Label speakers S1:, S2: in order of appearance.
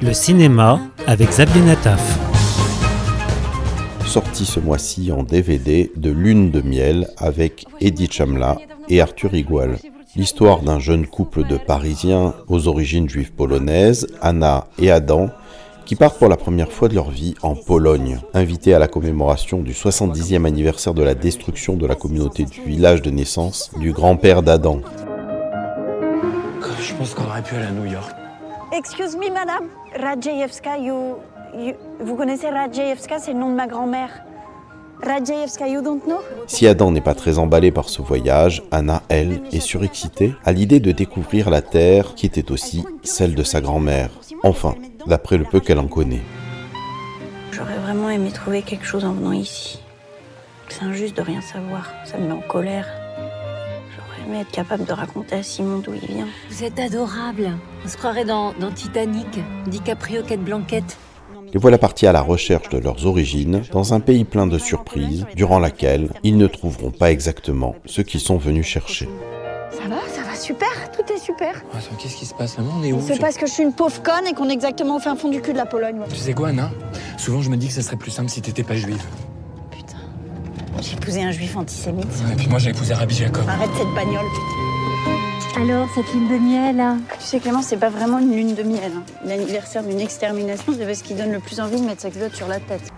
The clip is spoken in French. S1: Le cinéma avec Xavier Nataf.
S2: Sorti ce mois-ci en DVD de Lune de miel avec Eddie Chamla et Arthur Igual. L'histoire d'un jeune couple de Parisiens aux origines juives polonaises, Anna et Adam, qui partent pour la première fois de leur vie en Pologne, invités à la commémoration du 70e anniversaire de la destruction de la communauté du village de naissance du grand-père d'Adam.
S3: Je pense qu'on aurait pu aller à New York.
S4: Excuse me, madame. Radjevska, you, you- Vous connaissez Radjevska, c'est le nom de ma grand-mère. Radjevska, you don't know
S2: Si Adam n'est pas très emballé par ce voyage, Anna, elle, est surexcitée à l'idée de découvrir la terre qui était aussi celle de sa grand-mère. Enfin, d'après le peu qu'elle en connaît.
S4: J'aurais vraiment aimé trouver quelque chose en venant ici. C'est injuste de rien savoir, ça me met en colère. J'aurais aimé être capable de raconter à Simon d'où il vient.
S5: Vous êtes adorable. On se croirait dans, dans Titanic, DiCaprio, Kate Blanquette.
S2: Les voilà partis à la recherche de leurs origines dans un pays plein de surprises, durant laquelle ils ne trouveront pas exactement ce qu'ils sont venus chercher.
S6: Ça va, ça va super, tout est super.
S3: Attends, qu'est-ce qui se passe là On est où
S6: C'est
S3: sur-
S6: parce que je suis une pauvre conne et qu'on est exactement au fin fond du cul de la Pologne. moi.
S3: Tu sais quoi, Anna Souvent, je me dis que ça serait plus simple si t'étais pas juive.
S4: Putain. J'ai épousé un juif antisémite.
S3: Et puis moi, j'ai épousé Rabbi Jacob.
S4: Arrête cette bagnole.
S5: Alors, cette lune de miel, là
S4: Tu sais, Clément, c'est pas vraiment une lune de miel. hein. L'anniversaire d'une extermination, c'est ce qui donne le plus envie de mettre sa culotte sur la tête.